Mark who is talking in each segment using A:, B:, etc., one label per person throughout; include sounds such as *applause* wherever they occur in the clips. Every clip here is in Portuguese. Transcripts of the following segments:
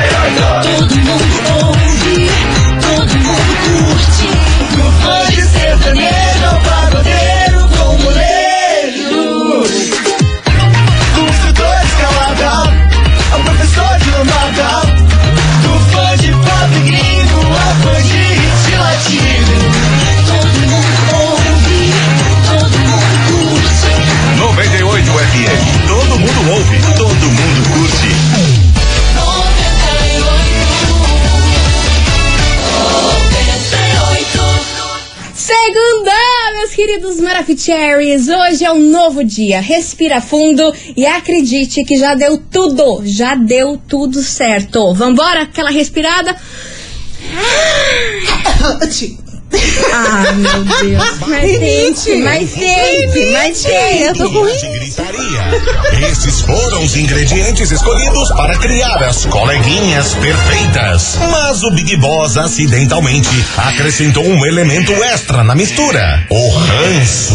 A: Todo mundo ouve, todo mundo curte. No funk sertanejo, ao pagodeiro com molejo. Do instrutor escalada, ao professor de lambada. Do fã de pop gringo, ao fã de hit latino. Todo mundo ouve, todo mundo curte.
B: 98 FM. Todo mundo ouve, todo mundo curte.
A: 98, 98.
C: Segunda, meus queridos Maraficheries! Hoje é um novo dia. Respira fundo e acredite que já deu tudo. Já deu tudo certo. Vambora, aquela respirada. Ah, meu Deus. *laughs* Mais
D: Rinite.
C: gente, mais gente, mais
D: Eu
C: gente.
D: tô com
B: De gritaria. Esses foram os ingredientes escolhidos para criar as coleguinhas perfeitas. Mas o Big Boss acidentalmente acrescentou um elemento extra na mistura: o ranço.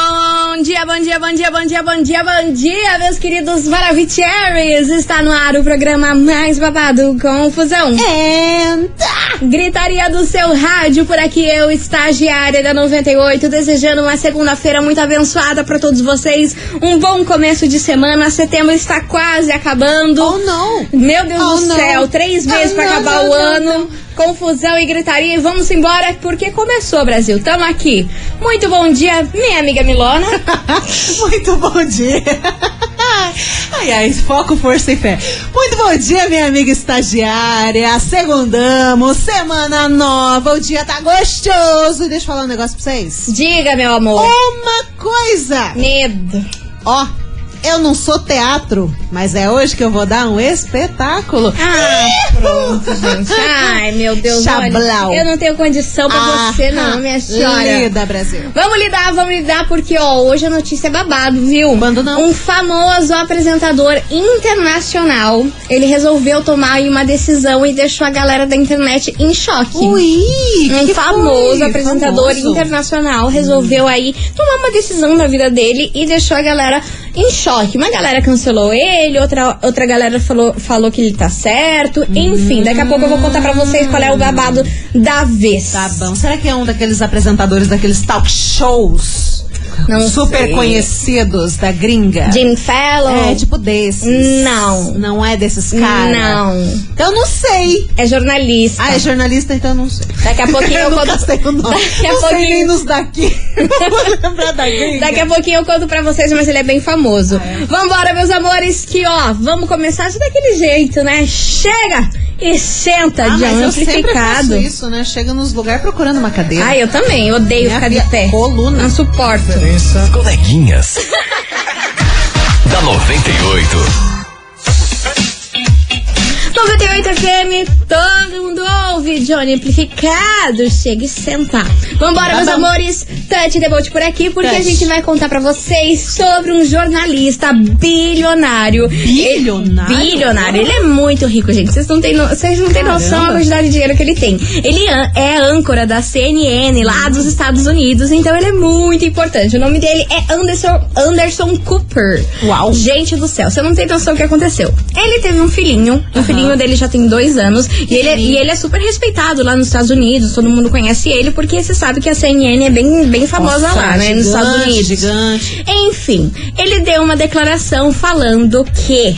C: dia, bom dia, bom dia, bom dia, bom dia, bom dia, meus queridos Maravicheries! Está no ar o programa mais babado, Confusão. Gritaria do seu rádio por aqui, eu, estagiária da 98, desejando uma segunda-feira muito abençoada pra todos vocês. Um bom começo de semana. Setembro está quase acabando.
D: Oh, não.
C: Meu Deus
D: Oh,
C: do
D: não.
C: céu, três
D: Oh,
C: meses pra
D: não,
C: acabar
D: não,
C: o
D: não,
C: ano.
D: não.
C: Confusão e gritaria, e vamos embora porque começou, Brasil. Tamo aqui. Muito bom dia, minha
D: *laughs*
C: amiga Milona.
D: Muito bom dia. Ai, ai, foco, força e fé. Muito bom dia, minha amiga estagiária. Segundamos, semana nova, o dia tá gostoso. Deixa eu falar um negócio pra vocês.
C: Diga, meu amor.
D: Uma coisa.
C: Medo.
D: Ó, eu não sou teatro, mas é hoje que eu vou dar um espetáculo.
C: Ah, pronto, gente. Ai, meu Deus. olha,
D: Chablau.
C: eu não tenho condição pra
D: Ah,
C: você, não, minha
D: *laughs*
C: senhora.
D: Lida, Brasil.
C: Vamos lidar, vamos lidar, porque ó, hoje a notícia é babado, viu?
D: Quando não?
C: Um famoso apresentador internacional, ele resolveu tomar aí uma decisão e deixou a galera da internet em choque.
D: Ui,
C: Um
D: que
C: famoso
D: foi?
C: apresentador
D: Famoso.
C: internacional resolveu aí tomar uma decisão da vida dele e deixou a galera em choque. Uma galera cancelou ele, outra, outra galera falou, falou que ele tá certo. Enfim, daqui a pouco eu vou contar pra vocês qual é o babado da vez.
D: Tá bom. Será que é um daqueles apresentadores daqueles talk shows
C: Não
D: super
C: sei.
D: conhecidos da gringa?
C: Jim Fallon.
D: É, tipo desses.
C: Não.
D: Não é desses caras? Então
C: Não.
D: Eu não sei.
C: É jornalista.
D: Ah, é jornalista, então eu não sei.
C: Daqui a Um pouquinho eu
D: *laughs* eu
C: conto-
D: nunca sei o nome.
C: *laughs* Daqui a
D: não sei nem
C: pouquinho-
D: nos daqui. *laughs* Não vou lembrar da gringa.
C: Daqui a pouquinho eu conto pra vocês, mas ele é bem famoso.
D: Ah,
C: Vambora, meus amores, que ó, vamos começar de daquele jeito, né? Chega e senta
D: ah,
C: de
D: mas eu sempre
C: amplificado.
D: faço isso, né? Chega nos lugares procurando uma cadeira.
C: Ai, eu também, eu odeio
D: Minha
C: ficar de
D: filha,
C: pé.
D: coluna.
C: Não suporto.
E: As
B: *laughs*
E: coleguinhas. da 98.
C: 98 FM, todo mundo ouve, Johnny amplificado. Chega e senta. Vambora, meus
D: Tá bom.
C: amores. Tante Debote por aqui, porque a
D: Tati.
C: gente vai contar pra vocês sobre um jornalista bilionário.
D: Bilionário?
C: Ele, bilionário. Ele é muito rico, gente. Vocês não têm, no- vocês não têm noção da
D: Caramba.
C: quantidade de dinheiro que ele tem. Ele an- é âncora da CNN lá dos Estados Unidos, então ele é muito importante. O nome dele é Anderson, Anderson Cooper.
D: Uau.
C: Gente do céu, você não tem noção o que aconteceu. Ele teve um filhinho, o filhinho dele já tem dois anos, e ele, é- e ele é super respeitado lá nos Estados Unidos, todo mundo conhece ele, porque você sabe que a CNN é bem, bem famosa
D: Nossa,
C: lá, né, nos
D: gigante,
C: Estados Unidos.
D: gigante.
C: Enfim, ele deu uma declaração falando que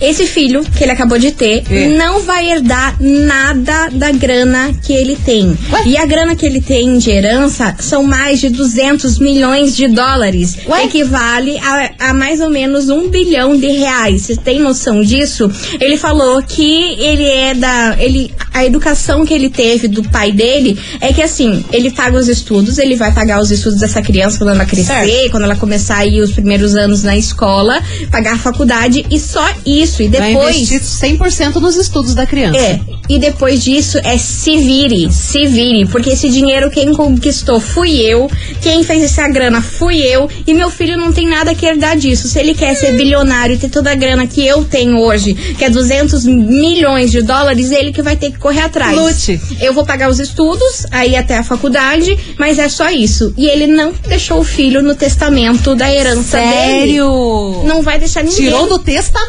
C: esse filho que ele acabou de ter
D: É.
C: não vai herdar nada da grana que ele tem.
D: Ué?
C: E a grana que ele tem de herança são mais de 200 milhões de dólares.
D: Ué?
C: Equivale a, a mais ou menos um bilhão de reais. Você tem noção disso? Ele falou que ele é da. Ele, a educação que ele teve do pai dele é que assim, ele paga os estudos, ele vai pagar os estudos dessa criança quando ela crescer,
D: Certo.
C: quando ela começar aí os primeiros anos na escola, pagar a faculdade e só isso. E
D: Vai
C: depois.
D: investir 100% nos estudos da criança.
C: É, e depois disso é se vire, se vire, porque esse dinheiro quem conquistou fui eu, quem fez essa grana fui eu e meu filho não tem nada que herdar disso. Se ele quer ser bilionário e ter toda a grana que eu tenho hoje, que é 200 milhões de dólares, é ele que vai ter que correr atrás.
D: Lute.
C: Eu vou pagar os estudos, aí até a faculdade, mas é só isso. E ele não deixou o filho no testamento da herança dele.
D: Sério?
C: Não vai deixar ninguém.
D: Tirou do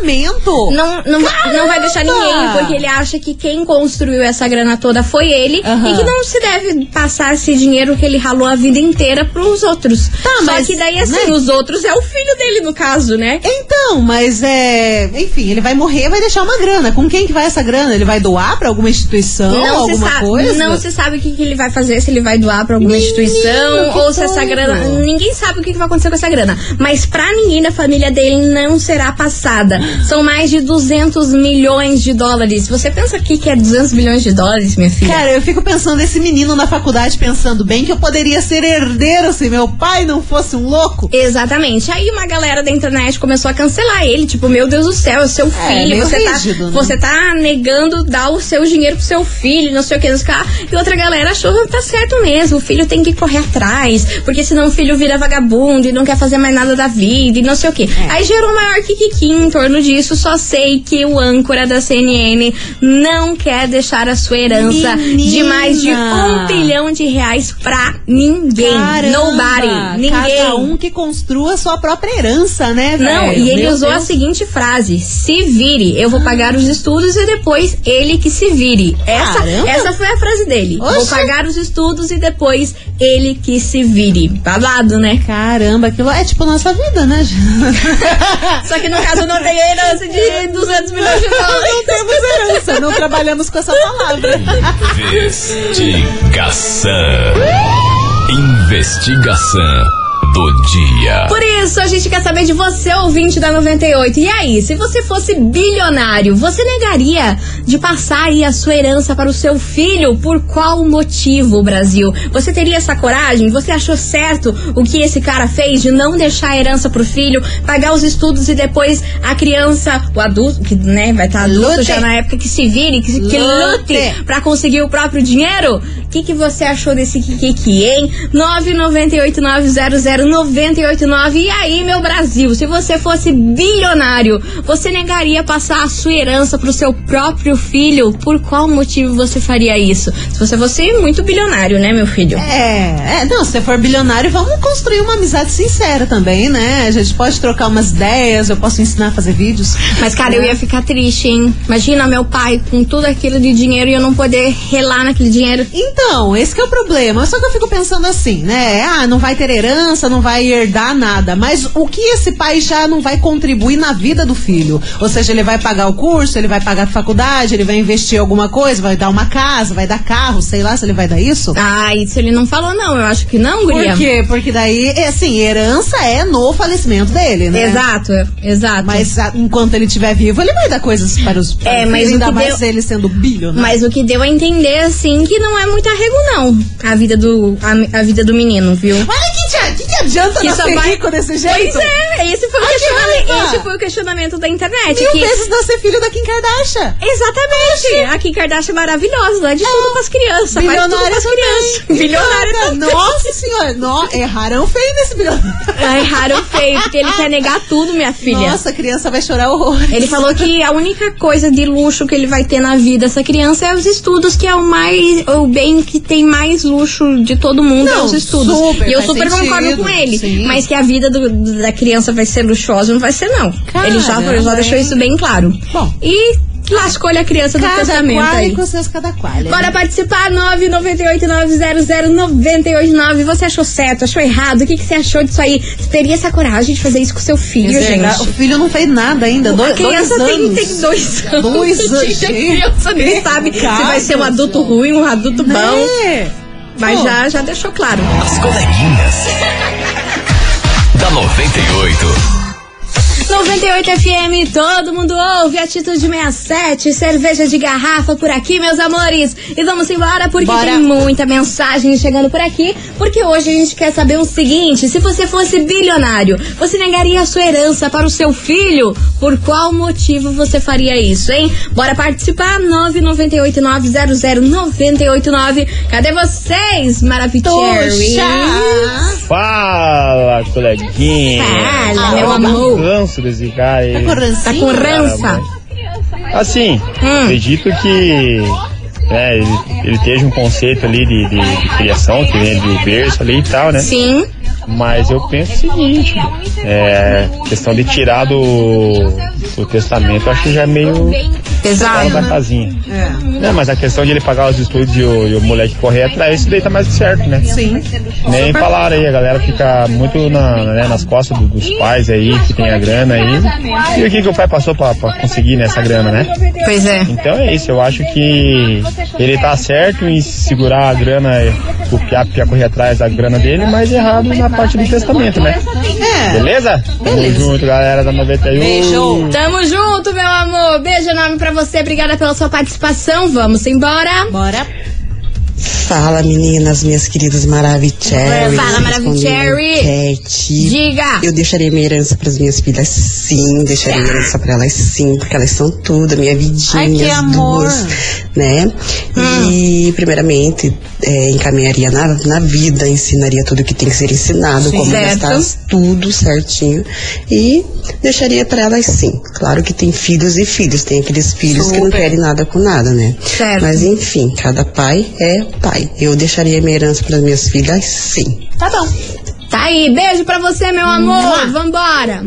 D: testamento.
C: Não, não, não vai deixar ninguém,
D: Caramba!
C: porque ele acha que quem construiu essa grana toda foi ele
D: Aham.
C: e que não se deve passar esse dinheiro que ele ralou a vida inteira pros outros.
D: Tá,
C: Só
D: mas,
C: que daí, assim,
D: né?
C: os outros é o filho dele, no caso, né?
D: Então, mas é. Enfim, ele vai morrer, vai deixar uma grana. Com quem que vai essa grana? Ele vai doar pra alguma instituição,
C: se
D: Então, alguma
C: sabe,
D: coisa?
C: não se sabe o que, que ele vai fazer, se ele vai doar pra alguma
D: Menino,
C: instituição
D: que
C: ou se essa
D: doido.
C: grana. Ninguém sabe o que, que vai acontecer com essa grana. Mas pra ninguém da família dele não será passada. São mais de 200 milhões de dólares. Você pensa aqui que é 200 milhões de dólares, minha filha?
D: Cara, eu fico pensando, esse menino na faculdade pensando bem que eu poderia ser herdeiro se meu pai não fosse um louco.
C: Exatamente. Aí uma galera da internet começou a cancelar ele, tipo, meu Deus do céu, é seu filho,
D: meio
C: você,
D: rígido,
C: tá,
D: né?
C: você tá negando dar o seu dinheiro pro seu filho, não sei o que, não sei o que lá. E outra galera achou que tá certo mesmo, o filho tem que correr atrás, porque senão o filho vira vagabundo e não quer fazer mais nada da vida e não sei o que.
D: É.
C: Aí gerou maior kikiki em torno disso, só sei que o âncora da CNN não quer deixar a sua herança de mais de
D: Menina!
C: um bilhão de reais pra ninguém.
D: Caramba,
C: Nobody. Ninguém.
D: Cada um que construa sua própria herança, né?
C: Não,
D: velho?
C: e ele
D: Meu
C: usou assim. a
D: Deus.
C: seguinte frase: se vire, eu vou pagar os estudos e depois ele que se vire. Essa,
D: Caramba.
C: essa foi a frase dele. Vou
D: Oxe.
C: pagar os estudos e depois ele que se vire. Babado, né?
D: Caramba, aquilo é tipo nossa vida, né?
C: *laughs*
D: Jana?
C: Só que no caso eu não tenho herança de 200 milhões de dólares.
D: não temos herança, não trabalhamos com essa palavra.
E: Investigação. Investigação do dia.
C: Por isso, a gente quer saber de você, ouvinte da 98. E aí, se você fosse bilionário, você negaria de passar aí a sua herança para o seu filho? Por qual motivo, Brasil? Você teria essa coragem? Você achou certo o que esse cara fez de não deixar a herança pro filho, pagar os estudos e depois a criança, o adulto, que né, vai estar adulto
D: Lute.
C: já na época que se vire, que, que
D: Lute.
C: lute pra conseguir o próprio dinheiro? O que, que você achou desse Kikiki, hein? 998900989. E aí, meu Brasil, se você fosse bilionário, você negaria passar a sua herança pro seu próprio filho? Por qual motivo você faria isso? Se você fosse muito bilionário, né, meu filho?
D: É, é, não, se você for bilionário, vamos construir uma amizade sincera também, né? A gente pode trocar umas ideias, eu posso ensinar a fazer vídeos.
C: Mas, cara, eu ia ficar triste, hein? Imagina meu pai com tudo aquilo de dinheiro e eu não poder relar naquele dinheiro.
D: Então, esse que é o problema. Só que eu fico pensando assim, né? Ah, não vai ter herança, não vai herdar nada. Mas o que esse pai já não vai contribuir na vida do filho? Ou seja, ele vai pagar o curso, ele vai pagar a faculdade, ele vai investir em alguma coisa, vai dar uma casa, vai dar carro, sei lá se ele vai dar isso.
C: Ah, isso ele não falou, não. Eu acho que não,
D: Por
C: Guria.
D: quê? Porque daí, é assim, herança é no falecimento dele, né?
C: Exato, exato.
D: Mas a- enquanto ele estiver vivo, ele vai dar coisas para os para
C: É,
D: o filho,
C: mas o
D: ainda
C: que
D: mais
C: deu-
D: se ele sendo bilionário.
C: Mas o que deu a entender, assim, que não é muito arrego, não. A vida do, a, a vida do menino, viu?
D: Olha que, dia- que, que adianta
C: Que
D: nascer
C: só vai-
D: rico desse jeito?
C: Pois é, esse foi, o
D: Ai, que
C: questionamento,
D: raiva!
C: esse foi o questionamento da internet.
D: Mil
C: que-
D: vezes nascer filho da Kim Kardashian.
C: Exatamente! A Kim Kardashian é maravilhosa, dá de tudo pras crianças,
D: É.
C: faz tudo
D: Bilionária
C: pras crianças.
D: também.
C: Bilionária
D: Cara,
C: também.
D: Nossa senhora, nó, erraram feio nesse bilionário.
C: Tá Erraram feio, porque ele quer negar tudo, minha filha.
D: Nossa, a criança vai chorar horror.
C: Ele falou que a única coisa de luxo que ele vai ter na vida essa criança é os estudos, que é o mais o bem que tem mais luxo de todo mundo é
D: Não,
C: os estudos.
D: super,
C: e eu
D: faz
C: super concordo
D: sentido,
C: com ele.
D: sim.
C: Mas que a vida do- da criança vai ser luxuosa, não vai ser, não. ele já,
D: Caramba,
C: já deixou
D: hein?
C: isso bem claro.
D: né? Bom.
C: E lascou-lhe a criança do
D: Cada
C: testamento
D: qual é
C: aí.
D: com seus cada qual. né?
C: Bora participar, 998-900-989. Você achou certo, achou errado? O que, que você achou disso aí? Você teria essa coragem de fazer isso com seu filho, gente?
D: O filho não fez nada ainda.
C: A
D: Dois,
C: criança
D: dois
C: tem,
D: anos.
C: tem dois anos.
D: Dois anos,
C: gente. *laughs* A
D: gente.
C: criança nem sabe se vai ser um adulto ruim, um adulto bom.
D: É.
C: Mas
D: Pô.
C: já, já deixou claro.
E: As coleguinhas. da 98.
C: 98 FM, todo mundo ouve. Atitude 67, cerveja de garrafa por aqui, meus amores. E vamos embora porque
D: Bora.
C: tem muita mensagem chegando por aqui. Porque hoje a gente quer saber o seguinte: se você fosse bilionário, você negaria a sua herança para o seu filho? Por qual motivo você faria isso, hein? Bora participar? 998900989. Cadê vocês, Maravicherry? é
D: Puxa!
F: Fala, coleguinha.
C: Fala, meu
F: Eu
C: amor.
F: Canso desse cara aí.
C: Tá com rança?
F: Assim,
C: Hum.
F: acredito que né, ele, ele esteja um conceito ali de, de- de criação, que vem do berço ali e tal, né?
C: Sim.
F: Mas eu penso o seguinte, é, questão de tirar do, do testamento, eu acho que já é meio fora da
C: Pesado.
F: casinha.
D: É.
F: Né, mas a questão de ele pagar os estudos e o, e o moleque correr atrás, isso daí tá mais que certo, né?
D: Sim.
F: Nem falaram aí, a galera fica muito na- né, nas costas do- dos pais aí, que tem a grana aí. E o que, que o pai passou pra, pra conseguir nessa grana, né?
C: Pois é.
F: Então é isso, eu acho que ele tá certo em segurar a grana, o piá piá correr atrás da grana dele, mas errado na parte do testamento, né?
D: É.
F: Beleza? Tamo junto, galera da 91.
D: Beijo.
C: Tamo junto, meu amor. Beijo enorme pra você. Obrigada pela sua participação. Vamos embora.
D: Bora.
G: Fala meninas, minhas queridas Maravicherry.
C: Fala, Maravicherry.
G: Enquete.
C: Diga.
G: Eu deixaria minha herança pras minhas filhas, sim. Deixaria minha herança pra elas, sim. Porque elas são tudo, a minha vidinha.
D: Tá. Ai, que
G: as
D: amor. Hum.
G: Duas, né? E, primeiramente, é, encaminharia na, na vida, ensinaria tudo que tem que ser ensinado, como
C: Certo.
G: gastar tudo certinho. E deixaria pra elas, sim. Claro que tem filhos e filhos. Tem aqueles filhos que não
D: Super.
G: querem nada com nada, né?
C: Certo.
G: Mas enfim, cada pai é pai. Eu deixaria minha herança para minhas filhas, sim.
D: Tá bom.
C: Tá aí. Beijo pra você, meu amor. Vambora.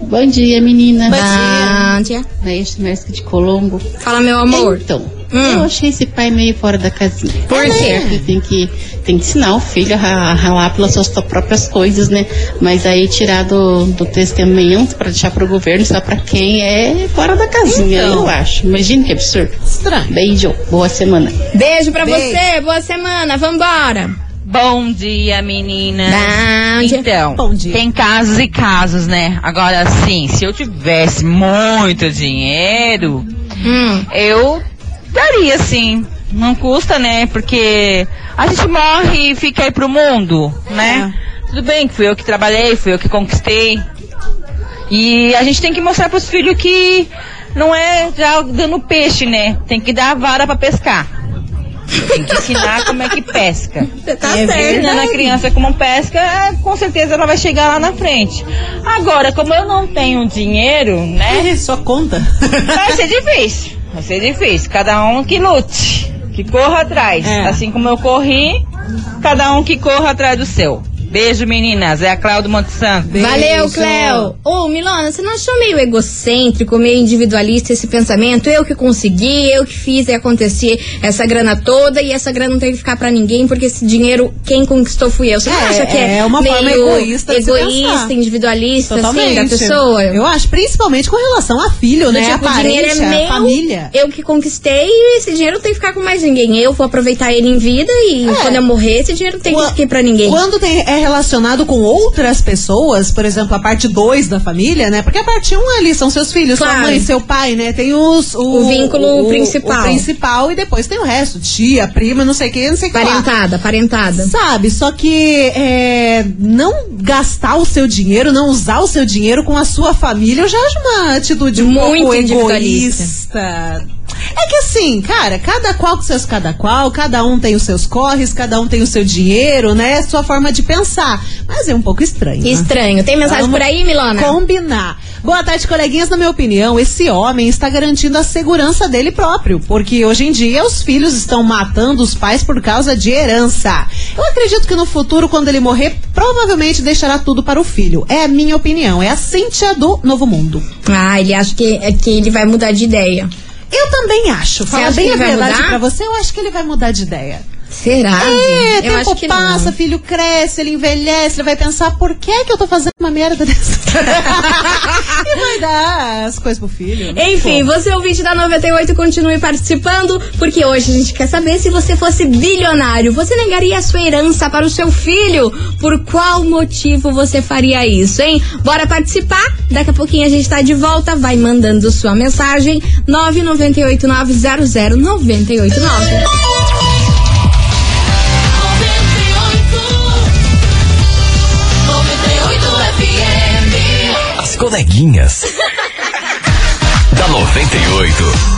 H: Bom dia, menina.
C: Bom dia.
H: Laerte Merska de Colombo.
C: Ah, Fala, meu amor.
H: Então,
C: Hum.
H: eu achei esse pai meio fora da casinha.
C: Por
H: É,
C: quê?
H: Ele tem que, tem que ensinar o filho a ralar pelas suas to- próprias coisas, né? Mas aí tirar do, do testamento pra deixar pro governo só pra quem é fora da casinha,
D: Então.
H: eu acho. Imagina que absurdo.
D: Estranho.
H: Beijo, boa semana.
C: Beijo pra
D: Beijo.
C: você. Boa semana. Vambora.
I: Bom dia, meninas.
C: Bom dia.
I: Então,
D: Bom dia.
I: tem casos e casos, né? Agora, assim, se eu tivesse muito dinheiro,
C: Hum.
I: eu daria, assim. Não custa, né? Porque a gente morre e fica aí pro mundo, né? Tudo bem que fui eu que trabalhei, fui eu que conquistei. E a gente tem que mostrar pros filhos que não é já dando peixe, né? Tem que dar a vara pra pescar. Tem que ensinar como é que pesca.
C: Tá
I: É, ensinando a
C: certo.
I: criança como pesca, é, com certeza ela vai chegar lá na frente. Agora, como eu não tenho dinheiro, né?
D: É, só conta.
I: Vai ser difícil. Vai ser difícil. Cada um que lute, que corra atrás.
D: É.
I: Assim como eu corri, cada um que corra atrás do seu. Beijo, meninas. É a Cláudio Monte Santo.
C: Valeu,
D: Beijo.
C: Cléo. Ô, Milona, você não achou meio egocêntrico, meio individualista esse pensamento? Eu que consegui, eu que fiz e acontecer essa grana toda e essa grana não tem que ficar pra ninguém porque esse dinheiro quem conquistou fui eu. Você não
D: É,
C: acha que é,
D: é uma
C: meio
D: forma egoísta de se
C: egoísta
D: pensar.
C: individualista,
D: Totalmente.
C: assim, da pessoa?
D: Eu acho, principalmente com relação a filho, né?
C: Tipo,
D: a
C: o dinheiro é
D: parente,
C: meu,
D: a família.
C: eu que conquistei e esse dinheiro não tem que ficar com mais ninguém. Eu vou aproveitar ele em vida e quando eu morrer, esse dinheiro não tem que
D: É. Qua-
C: ficar pra ninguém.
D: Quando tem- é relacionado com outras pessoas, por exemplo, a parte 2 da família, né? Porque a parte 1 um ali são seus filhos,
C: Claro.
D: sua mãe, seu pai, né? Tem os,
C: O vínculo principal.
D: O principal e depois tem o resto. Tia, prima, não sei o que, não sei o que. lá.
C: Parentada, parentada.
D: Sabe, só que é, não gastar o seu dinheiro, não usar o seu dinheiro com a sua família, eu já acho uma atitude um
C: Muito
D: pouco
C: individualista.
D: egoísta. É que assim, cara, cada qual com seus cada qual, cada um tem os seus corres, cada um tem o seu dinheiro, né? Sua forma de pensar. Mas é um pouco estranho. né?
C: Estranho. Tem mensagem
D: Vamos
C: por aí, Milona?
D: Combinar. Boa tarde, coleguinhas. Na minha opinião, esse homem está garantindo a segurança dele próprio, porque hoje em dia os filhos estão matando os pais por causa de herança. Eu acredito que no futuro, quando ele morrer, provavelmente deixará tudo para o filho. É a minha opinião. É a Cíntia do Novo Mundo.
C: Ah, ele acha que, é que ele vai mudar de ideia.
D: Eu também acho. Fala
C: acha
D: bem
C: que
D: a
C: ele vai
D: verdade
C: mudar? Ah,
D: pra você, eu acho que ele vai mudar de ideia.
C: Será?
D: É,
C: gente?
D: tempo passa, filho cresce, ele envelhece, ele vai pensar por que que eu tô fazendo uma merda *laughs* dessa? e vai dar as coisas pro filho. né?
C: Enfim, você ouvinte da 98, continue participando, porque hoje a gente quer saber se você fosse bilionário, você negaria a sua herança para o seu filho? Por qual motivo você faria isso, hein? Bora participar? Daqui a pouquinho a gente tá de volta, vai mandando sua mensagem 998900989.
E: As coleguinhas. da 98.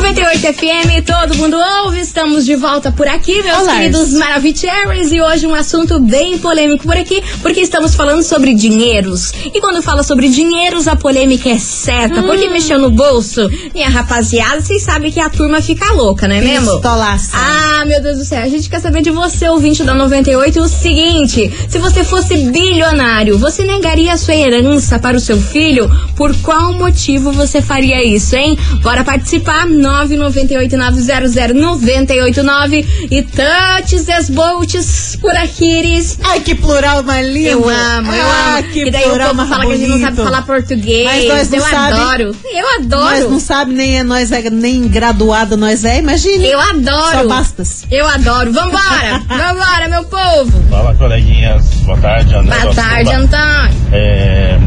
C: 98 FM, todo mundo ouve, estamos de volta por aqui, meus
D: Olá,
C: queridos
D: Lars.
C: Maravicheries, e hoje um assunto bem polêmico por aqui, porque estamos falando sobre dinheiros. E quando fala sobre dinheiros, a polêmica é certa, porque mexeu no bolso, minha rapaziada, vocês sabem que a turma fica louca, não é mesmo?
D: Pistolaça.
C: Ah, meu Deus do céu, a gente quer saber de você, ouvinte da 98, o seguinte: se você fosse bilionário, você negaria a sua herança para o seu filho? Por qual motivo você faria isso, hein? Bora participar! 998-900-989 e tantos esboltes por Aquiles.
D: Ai, que plural mais lindo.
C: Eu amo, eu
D: ah,
C: amo.
D: Que
C: e daí o
D: plural
C: povo
D: mais
C: fala que a gente não sabe
D: bonito.
C: falar português.
D: Mas nós não
C: eu
D: sabe-
C: adoro. Eu
D: Nós
C: adoro.
D: não sabe nem é, nós é, nem graduado nós é, imagine.
C: Eu adoro.
D: Só bastas.
C: Eu
D: *laughs*
C: adoro. Vambora! Vambora, meu povo!
F: Fala, coleguinhas. Boa tarde, André.
C: Boa
F: da
C: tarde,
F: Silva.
C: Antônio.
F: É,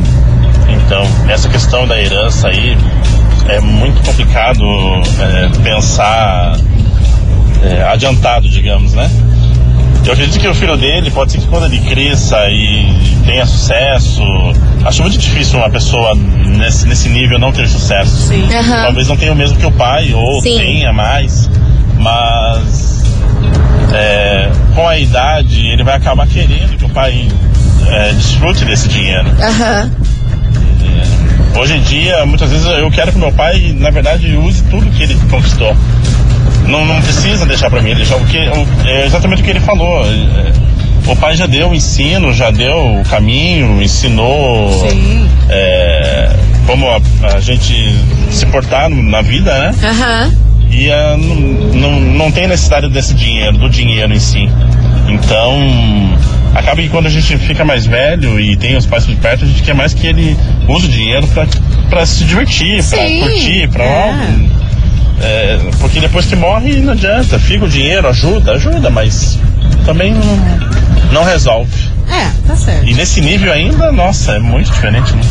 F: então, essa questão da herança aí é muito complicado é, pensar é, adiantado, digamos, né? Eu acredito que o filho dele pode ser que quando ele cresça e tenha sucesso. Acho muito difícil uma pessoa nesse, nesse nível não ter sucesso. Sim.
C: Aham.
F: Talvez não tenha o mesmo que o pai, ou
C: Sim.
F: tenha mais, mas é, com a idade ele vai acabar querendo que o pai é, desfrute desse dinheiro. É,
C: Aham.
F: Hoje em dia, muitas vezes eu quero que meu pai, na verdade, use tudo que ele conquistou. Não, não precisa deixar pra mim, deixar o que, o- é exatamente o que ele falou. É, O pai já deu o ensino, já deu o caminho, ensinou
D: Sim.
F: é, como a, a gente se portar no- na vida, né?
C: Aham.
F: E ah, não, não, não tem necessidade desse dinheiro, do dinheiro em si. Então, acaba que quando a gente fica mais velho e tem os pais por perto, a gente quer mais que ele use o dinheiro pra, pra se divertir, pra
D: Sim,
F: curtir, pra.
D: é.
F: é, porque depois que morre, não adianta. Fica o dinheiro, ajuda, ajuda, mas também não, não resolve.
D: É, tá certo.
F: E nesse nível ainda, nossa, é muito diferente, né?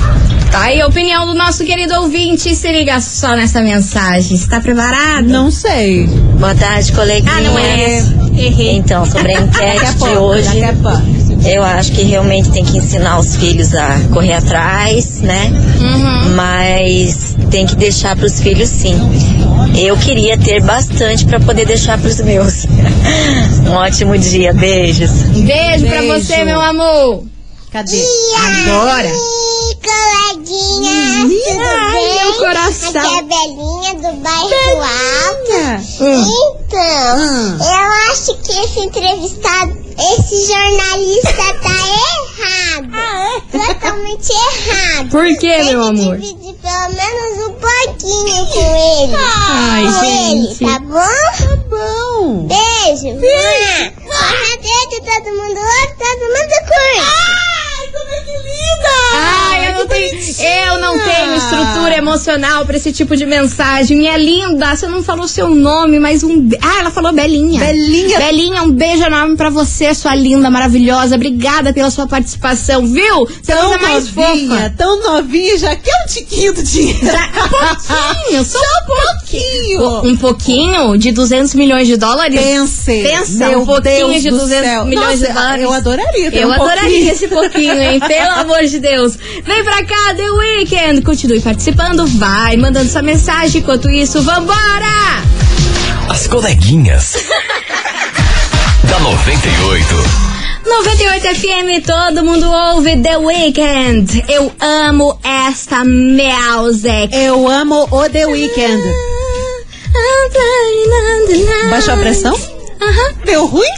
C: Tá aí a opinião do nosso querido ouvinte. Se liga só nessa mensagem. Está preparado?
D: Não sei.
J: Boa tarde, coleguinha.
C: Ah, não é essa. Errei.
J: Então, sobre a
D: Daqui a
C: *laughs*
J: enquete de
D: pouco,
J: hoje,
D: daqui a pouco.
J: eu acho que realmente tem que ensinar os filhos a correr atrás, né?
I: Uhum.
J: Mas tem que deixar para os filhos sim. Eu queria ter bastante para poder deixar para os meus. *laughs* um ótimo dia, beijos.
C: Um Beijo, pra
D: Beijo.
C: você, meu amor.
D: Cadê?
C: Agora.
K: Coleguinha, tudo
C: Ai,
K: bem?
C: meu
K: Aqui é a
C: coração.
K: Belinha do bairro Alto. Então,
L: Ah.
K: eu acho que esse entrevistado, esse jornalista tá errado. Totalmente errado.
C: Por quê, meu
K: Tem que
C: amor?
K: dividir pelo menos um pouquinho com ele.
C: Ai,
K: com
C: gente.
K: ele, tá bom?
D: Tá bom.
K: Beijo. Beijo. Corra dentro, todo mundo ouve, todo mundo curte. Ai, como é que linda!
C: Ai, eu não, tenho, eu não tenho estrutura emocional pra esse tipo de mensagem. Minha linda, você não falou seu nome, mas um. be- Ah, ela falou Belinha.
D: Belinha.
C: Belinha, um beijo enorme pra você, sua linda, maravilhosa. Obrigada pela sua participação, viu? Você é a
D: Tão
C: coisa mais fofa. um
D: novinha, tão novinha, já quer um tiquinho do dinheiro. *laughs*
C: pouquinho, só um pouquinho.
D: pouquinho.
C: Um pouquinho de 200 milhões de dólares?
D: Pense.
C: Pensa,
D: meu
C: um pouquinho
D: Deus
C: de
D: do
C: 200
D: céu.
C: milhões
D: Nossa,
C: de dólares.
D: Eu adoraria ter
C: Eu
D: um
C: adoraria
D: pouquinho.
C: esse
D: *laughs*
C: pouquinho, hein? Pelo amor de Deus. Vem pra cá, The Weekend. Continue participando, vai mandando sua mensagem. Enquanto isso, vambora!
E: As coleguinhas. da 98.
C: 98 FM, todo mundo ouve The Weekend. Eu amo esta music.
D: Eu
C: Ah.
D: amo o The Weeknd. Baixou a pressão? Deu ruim?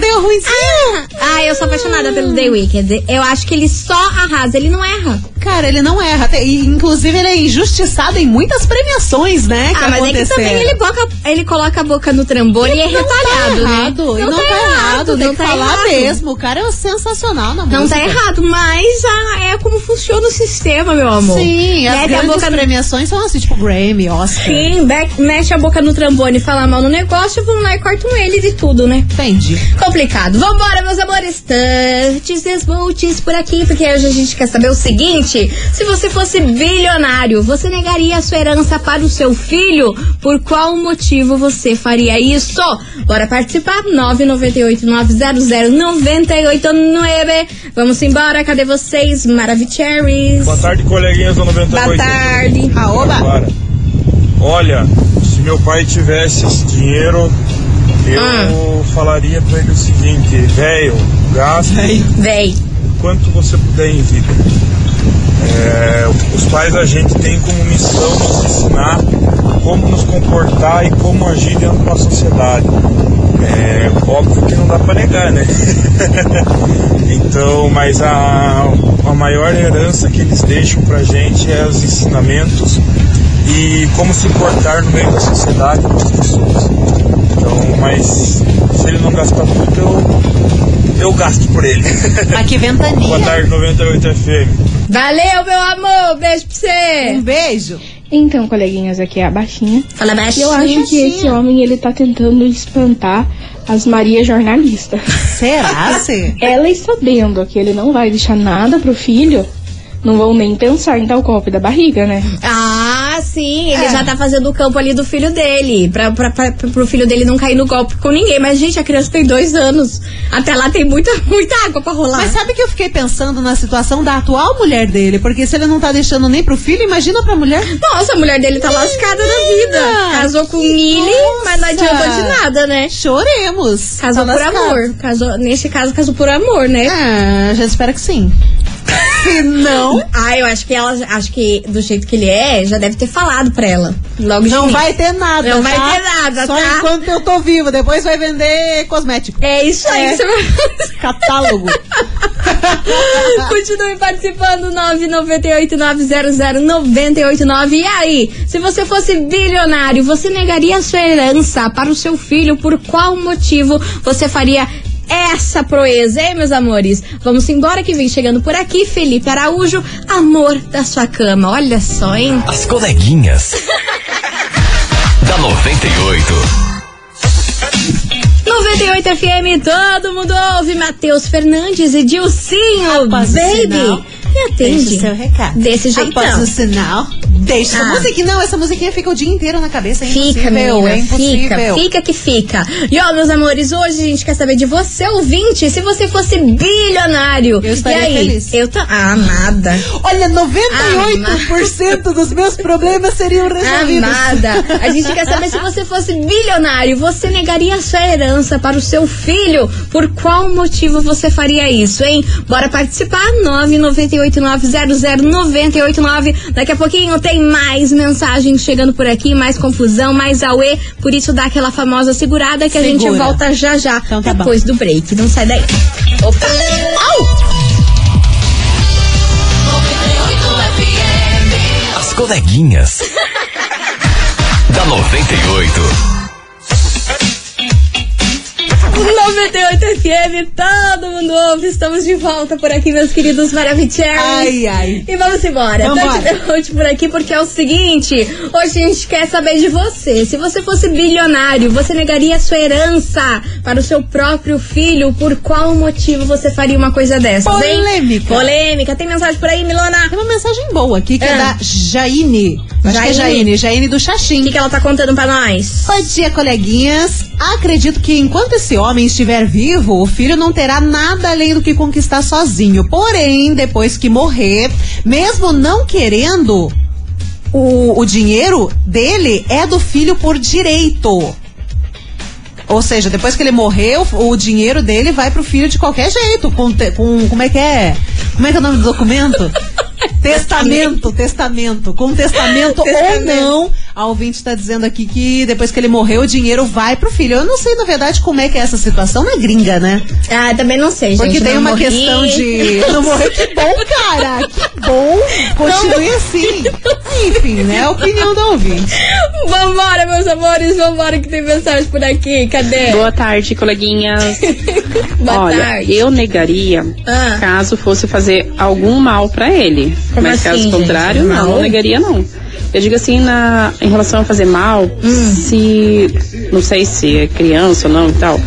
D: Deu ruimzinho?
C: Ah, eu sou apaixonada pelo The Wicked. Eu acho que ele só arrasa, ele não erra.
D: Ah, Cara, ele não erra. Até- e, inclusive, ele é injustiçado em muitas premiações, né? que
C: ah, mas é que
D: aconteceram.
C: também ele, boca- ele coloca a boca no trambolho e
D: Não
C: é retalhado,
D: tá
C: né?
D: errado, Não, tá, errado, tem que falar mesmo. O cara é sensacional na
C: Não
D: música.
C: tá errado, mas ah, é como funciona o sistema, meu amor. Né,
D: Sim, as
C: Mete a
D: grandes
C: boca no-
D: premiações são assim, tipo Grammy, Oscar.
C: Sim, back- mexe a boca no trambone, fala mal no negócio, vão lá e cortam ele de tudo, né?
D: Entendi.
C: Complicado. Vambora, meus amores. Tantes desmontes por aqui, porque hoje a gente quer saber o seguinte: se você fosse bilionário, você negaria a sua herança para o seu filho? Por qual motivo você faria isso? Bora participar? 998-900-989. Vamos embora, cadê vocês? Maravicheries.
M: Boa tarde, coleguinhas da 98.
C: Boa tarde.
M: Agora, olha, se meu pai tivesse esse dinheiro, eu falaria pra ele o seguinte, velho, gasta
C: Véi.
M: quanto você puder em vida. É, os pais da gente têm como missão nos ensinar como nos comportar e como agir dentro de uma sociedade. É óbvio que não dá pra negar, né? *laughs* então, mas a, a maior herança que eles deixam pra gente é os ensinamentos e como se portar no meio da sociedade com as pessoas. Então, mas se ele não gastar tudo, eu, eu gasto por ele. *laughs*
D: Mas que ventania.
M: Boa tarde, 98 FM.
C: Valeu, meu amor. Beijo pra você. Um
D: beijo.
N: Então, coleguinhas, aqui é a Baixinha.
C: Fala, Baixinha.
N: Eu acho que esse homem, ele tá tentando espantar as Maria jornalistas.
C: *laughs*
D: Será, Cê?
N: Elas sabendo que ele não vai deixar nada pro filho, não vão nem pensar em dar o golpe da barriga, né? É.
C: Ah, sim, ele já tá fazendo o campo ali do filho dele, pra, pra, pra, pro filho dele não cair no golpe com ninguém. Mas, gente, a criança tem dois anos. Até lá tem muita, *laughs* muita água pra rolar.
D: Mas sabe que eu fiquei pensando na situação da atual mulher dele? Porque se ele não tá deixando nem pro filho, imagina pra mulher.
C: Nossa, a mulher dele tá lascada na vida. Casou com Mili, mas não adiantou de nada, né?
D: Choremos.
C: Casou
D: Tá
C: por
D: lascado.
C: amor. Casou, nesse caso, casou por amor, né?
D: Ah, já espero que
C: *laughs*
D: sim. Se não.
C: Ah, eu acho que ela, acho que do jeito que ele é, já deve ter falado pra ela. Logo de
D: Não
C: início.
D: vai ter nada.
C: Não vai
D: tá?
C: ter nada,
D: Só
C: tá?
D: enquanto eu tô viva. Depois vai vender cosmético.
C: É isso aí.
D: É.
C: Você vai...
D: Catálogo.
C: *laughs* Continue participando, 998-900-989. E aí, se você fosse bilionário, você negaria a sua herança para o seu filho? Por qual motivo você faria essa proeza, hein, meus amores? Vamos embora que vem chegando por aqui, Felipe Araújo, amor da sua cama. Olha só, hein?
E: As coleguinhas. da 98.
C: 98 FM, todo mundo ouve. Matheus Fernandes e Dilcinho,
D: Após o sinal,
C: baby. Me atende.
D: deixa o seu recado.
C: Desse jeitão.
D: Após o sinal, deixa.
C: Ah.
D: Musiquinha, não, essa musiquinha fica o dia inteiro na cabeça. É
C: Fica,
D: impossível,
C: meu,
D: é impossível.
C: fica, fica que fica. E ó, meus amores, hoje a gente quer saber de você, ouvinte, se você fosse bilionário. Eu
D: estaria
C: e aí,
D: feliz.
C: Eu tô... Ah, nada.
D: Olha, 98% dos meus problemas seriam resolvidos.
C: Amada, a gente quer *laughs* saber se você fosse bilionário, você negaria a sua herança para o seu filho? Por qual motivo você faria isso, hein? Bora participar, 998900989. Daqui a pouquinho tem mais mensagens chegando por aqui, mais confusão, mais auê. Por isso dá aquela famosa segurada que a gente
D: Segura.
C: volta já já,
D: tá bom.
C: depois do break. Não sai daí. Opa! Au!
E: As coleguinhas. da 98.
C: 98 FM, todo mundo ouve. Estamos de volta por aqui, meus queridos Maravicheros.
D: Ai, ai.
C: E vamos embora.
D: Vambora.
C: Tante Derrute por aqui, porque é o seguinte: hoje a gente quer saber de você. Se você fosse bilionário, você negaria a sua herança para o seu próprio filho? Por qual motivo você faria uma coisa dessas, hein?
D: Polêmica.
C: Polêmica. Tem mensagem por aí, Milona?
D: Tem uma mensagem boa aqui que é,
C: Ah.
D: da Jaine. Acho que é Jaine, Jaine do Xaxim. O
C: que, que ela tá contando pra nós?
D: Bom dia, coleguinhas. Acredito que enquanto esse homem estiver vivo, o filho não terá nada além do que conquistar sozinho. Porém, depois que morrer, mesmo não querendo, o, o dinheiro dele é do filho por direito. Ou seja, depois que ele morreu, o dinheiro dele vai pro filho de qualquer jeito. Com, te- com- como é que é? Como é que é o nome do documento? testamento, testamento. Com testamento, ou não, A ouvinte tá dizendo aqui que depois que ele morreu, o dinheiro vai pro filho. Eu não sei, na verdade, como é que é essa situação na gringa, né?
C: Ah, também não sei,
D: Porque
C: gente,
D: tem
C: não
D: uma
C: morri.
D: questão de. Não morreu, que bom, cara! Que bom! Continue assim. Enfim, né? A opinião da ouvinte.
C: *laughs* Vambora, meus amores, vambora que tem mensagem por aqui. Cadê?
L: Boa tarde, coleguinhas.
C: Boa
L: Olha,
C: tarde.
L: eu negaria
C: Ah.
L: caso fosse fazer algum mal pra ele.
C: Como
I: é
L: Mas
C: assim,
L: caso
C: gente?
L: contrário, não,
C: Mal?
L: não negaria não. Eu digo assim, na, em relação a fazer mal, se. Não sei se é criança ou não e tal.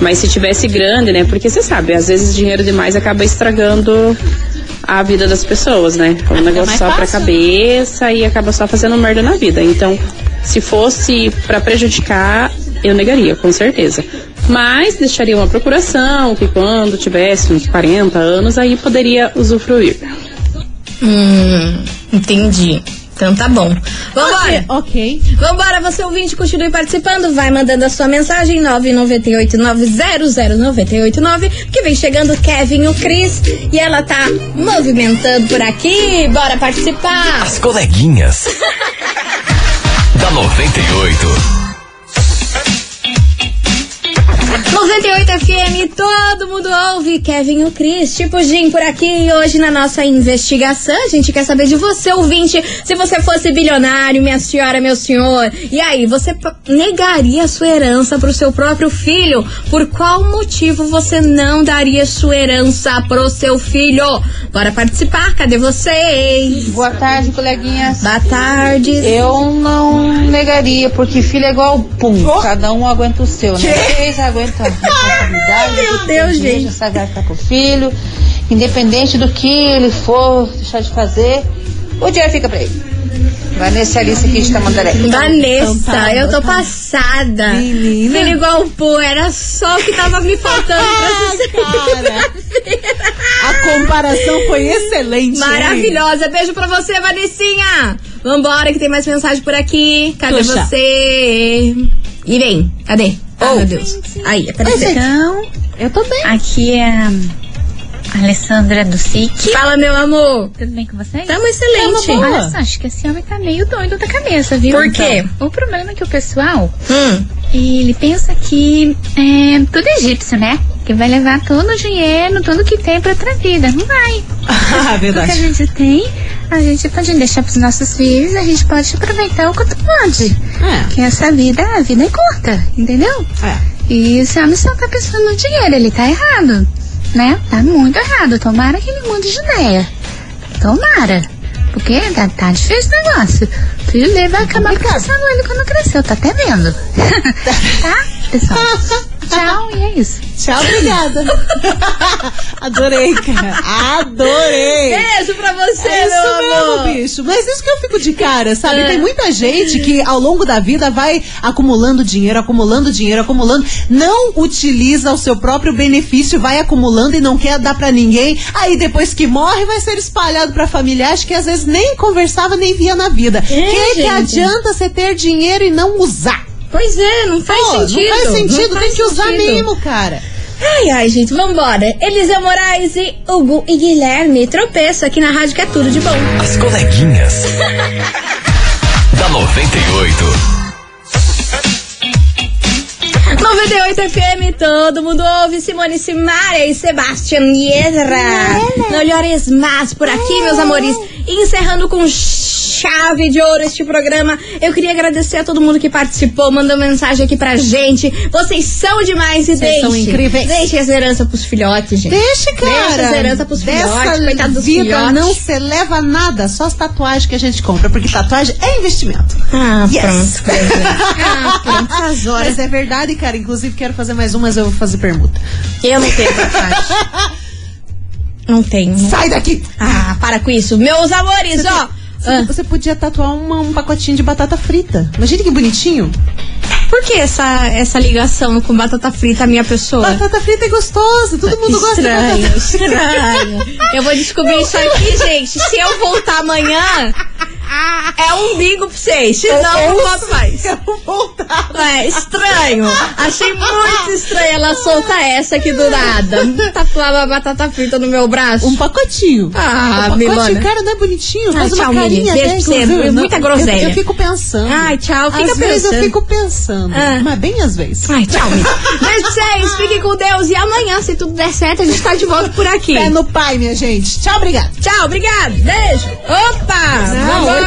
L: Mas se tivesse grande, né? Porque você sabe, às vezes dinheiro demais acaba estragando a vida das pessoas, né? É um negócio
O: mais
L: só pra
O: fácil, né?
L: cabeça e acaba só fazendo merda na vida. Então, se fosse pra prejudicar, eu negaria, com certeza. Mas deixaria uma procuração, que quando tivesse uns 40 anos, aí poderia usufruir.
C: Hum, entendi. Então tá bom. Vambora!
D: Ok.
C: Vambora, você ouvinte, continue participando. Vai mandando a sua mensagem, 998900989. Que vem chegando Kevin, o Cris. E ela tá movimentando por aqui. Bora participar!
E: As coleguinhas. da 98.
C: 98 FM, todo mundo ouve. Kevin o Cris, tipo Jim por aqui. E hoje na nossa investigação, a gente quer saber de você, ouvinte. Se você fosse bilionário, minha senhora, meu senhor. E aí, você p- negaria a sua herança pro seu próprio filho? Por qual motivo você não daria sua herança pro seu filho? Bora participar, cadê vocês?
P: Boa tarde, coleguinhas.
C: Boa tarde.
P: Eu não negaria, porque filho é igual pum. Cada um aguenta o seu, né?
C: Quê?
P: Vocês *laughs* aguentam a responsabilidade. Meu Deus, gente. Sabe que vai ficar com o filho. Independente do que ele for deixar de fazer, o dinheiro fica pra ele. Vanessa Alice aqui de Tamandaré.
D: Então
C: Vanessa,
D: tá
C: eu tô passada. Menina. Filho igual o pô, era só o que tava me
D: *laughs*
C: faltando pra ser
D: A comparação foi excelente.
C: Maravilhosa. Beijo pra você, Vanessinha. Vambora, que tem mais mensagem por aqui. Cadê
D: Puxa. Oh.
C: você? E vem, cadê? Ah, meu Deus. Aí, apareceu.
D: é
Q: Então,
C: eu tô bem.
Q: Aqui é a Alessandra do SIC.
C: Fala, meu amor.
Q: Tudo bem com vocês?
C: Tamo
D: É
C: excelente.
Q: Tamo Olha só, acho que esse homem tá meio doido da cabeça, viu?
C: Por
Q: Então,
C: quê? Hum.
Q: o problema é que o pessoal, ele pensa que é tudo egípcio, né? Que vai levar todo o dinheiro, tudo que tem pra outra vida. Não
C: *laughs*
Q: vai.
D: Ah, verdade.
Q: O que a gente tem, a gente pode deixar pros nossos filhos, a gente pode aproveitar o quanto pode. Que essa vida, a vida é curta, entendeu? E esse homem só tá pensando no dinheiro, ele tá errado, né? Tá muito errado, tomara que ele mude de ideia. Tomara. Porque tá, tá difícil o negócio. O filho dele vai acabar processando ele quando crescer, tá até vendo. *laughs* tá, pessoal? Tchau, e é isso.
D: Tchau,
C: *laughs*
D: obrigada. Adorei, cara. Adorei.
C: Beijo pra você,
D: é isso
C: meu
D: mesmo,
C: amor.
D: bicho. Mas isso que eu fico de cara, sabe?
C: É.
D: Tem muita gente que ao longo da vida vai acumulando dinheiro, acumulando dinheiro, acumulando, não utiliza o seu próprio benefício, vai acumulando e não quer dar pra ninguém. Aí depois que morre, vai ser espalhado pra família. Acho que às vezes nem conversava, nem via na vida. que que
C: É, gente.
D: adianta você ter dinheiro e não usar?
C: Pois é, não faz
D: Pô, Não
C: sentido.
D: faz sentido, tem
C: Não faz
D: que usar
C: sentido.
D: mesmo, cara.
C: Ai, ai, gente, vambora. Eliseu Moraes e Hugo e Guilherme tropeço aqui na rádio que é tudo de bom.
E: As coleguinhas. da 98.
C: 98 FM, todo mundo ouve. Simone Simaria e Sebastian Yedra. Não olhores mais por aqui, meus amores. Encerrando com chave de ouro este programa. Eu queria agradecer a todo mundo que participou, mandou mensagem aqui pra gente. Vocês são demais e
D: Vocês
C: deixem.
D: são incríveis.
C: Deixem as heranças pros filhotes, gente.
D: Deixa, cara.
C: Deixa as heranças pros filhotes, coitado dos
D: vida
C: filhotes.
D: não se leva nada, só as tatuagens que a gente compra, porque tatuagem é investimento.
C: Ah,
D: yes. *laughs*
C: pronto,
D: ah, pronto. As horas, é verdade, cara. Inclusive, quero fazer mais um, mas eu vou fazer permuta.
C: Eu não tenho *laughs* tatuagem. Não tenho.
D: Sai daqui!
C: Ah, para com isso. Meus amores,
D: Você
C: ó.
D: tem- Você,
C: Ah.
D: você podia tatuar uma- um pacotinho de batata frita. Imagina que bonitinho.
C: Por que essa, essa ligação com batata frita, a minha *laughs* pessoa?
D: Batata frita é gostosa, todo mundo gosta de
C: Tá estranho, *laughs*
D: batata frita.
C: estranho. Eu vou descobrir isso aqui, gente. Se eu voltar amanhã, É um bingo pra vocês. Não, eu não volto mais. Eu É estranho. Achei muito estranho ela soltar essa aqui do nada. Tatuar uma batata frita no meu braço. Um
D: pacotinho.
C: Ah,
D: O pacote,
C: Milona.
D: cara, não é bonitinho?
C: Ah,
D: Faz uma
C: tchau,
D: carinha
C: Mili. Beijo pra
D: dessa,
C: você.
D: viu?
C: Muita
D: Não,
C: groselha.
D: Eu, eu fico pensando.
C: Ai, tchau. Fica
D: às vezes eu
C: pensando. Ah.
D: fico pensando. Mas bem às vezes.
C: Ai, tchau, Mili. Beijo pra vocês. é Fiquem com Deus. E amanhã, se tudo der certo, a gente tá de volta por aqui. É
D: no pai, minha gente. Tchau, obrigado.
C: Tchau, obrigado. Beijo. Opa!
D: Não,
C: vambora.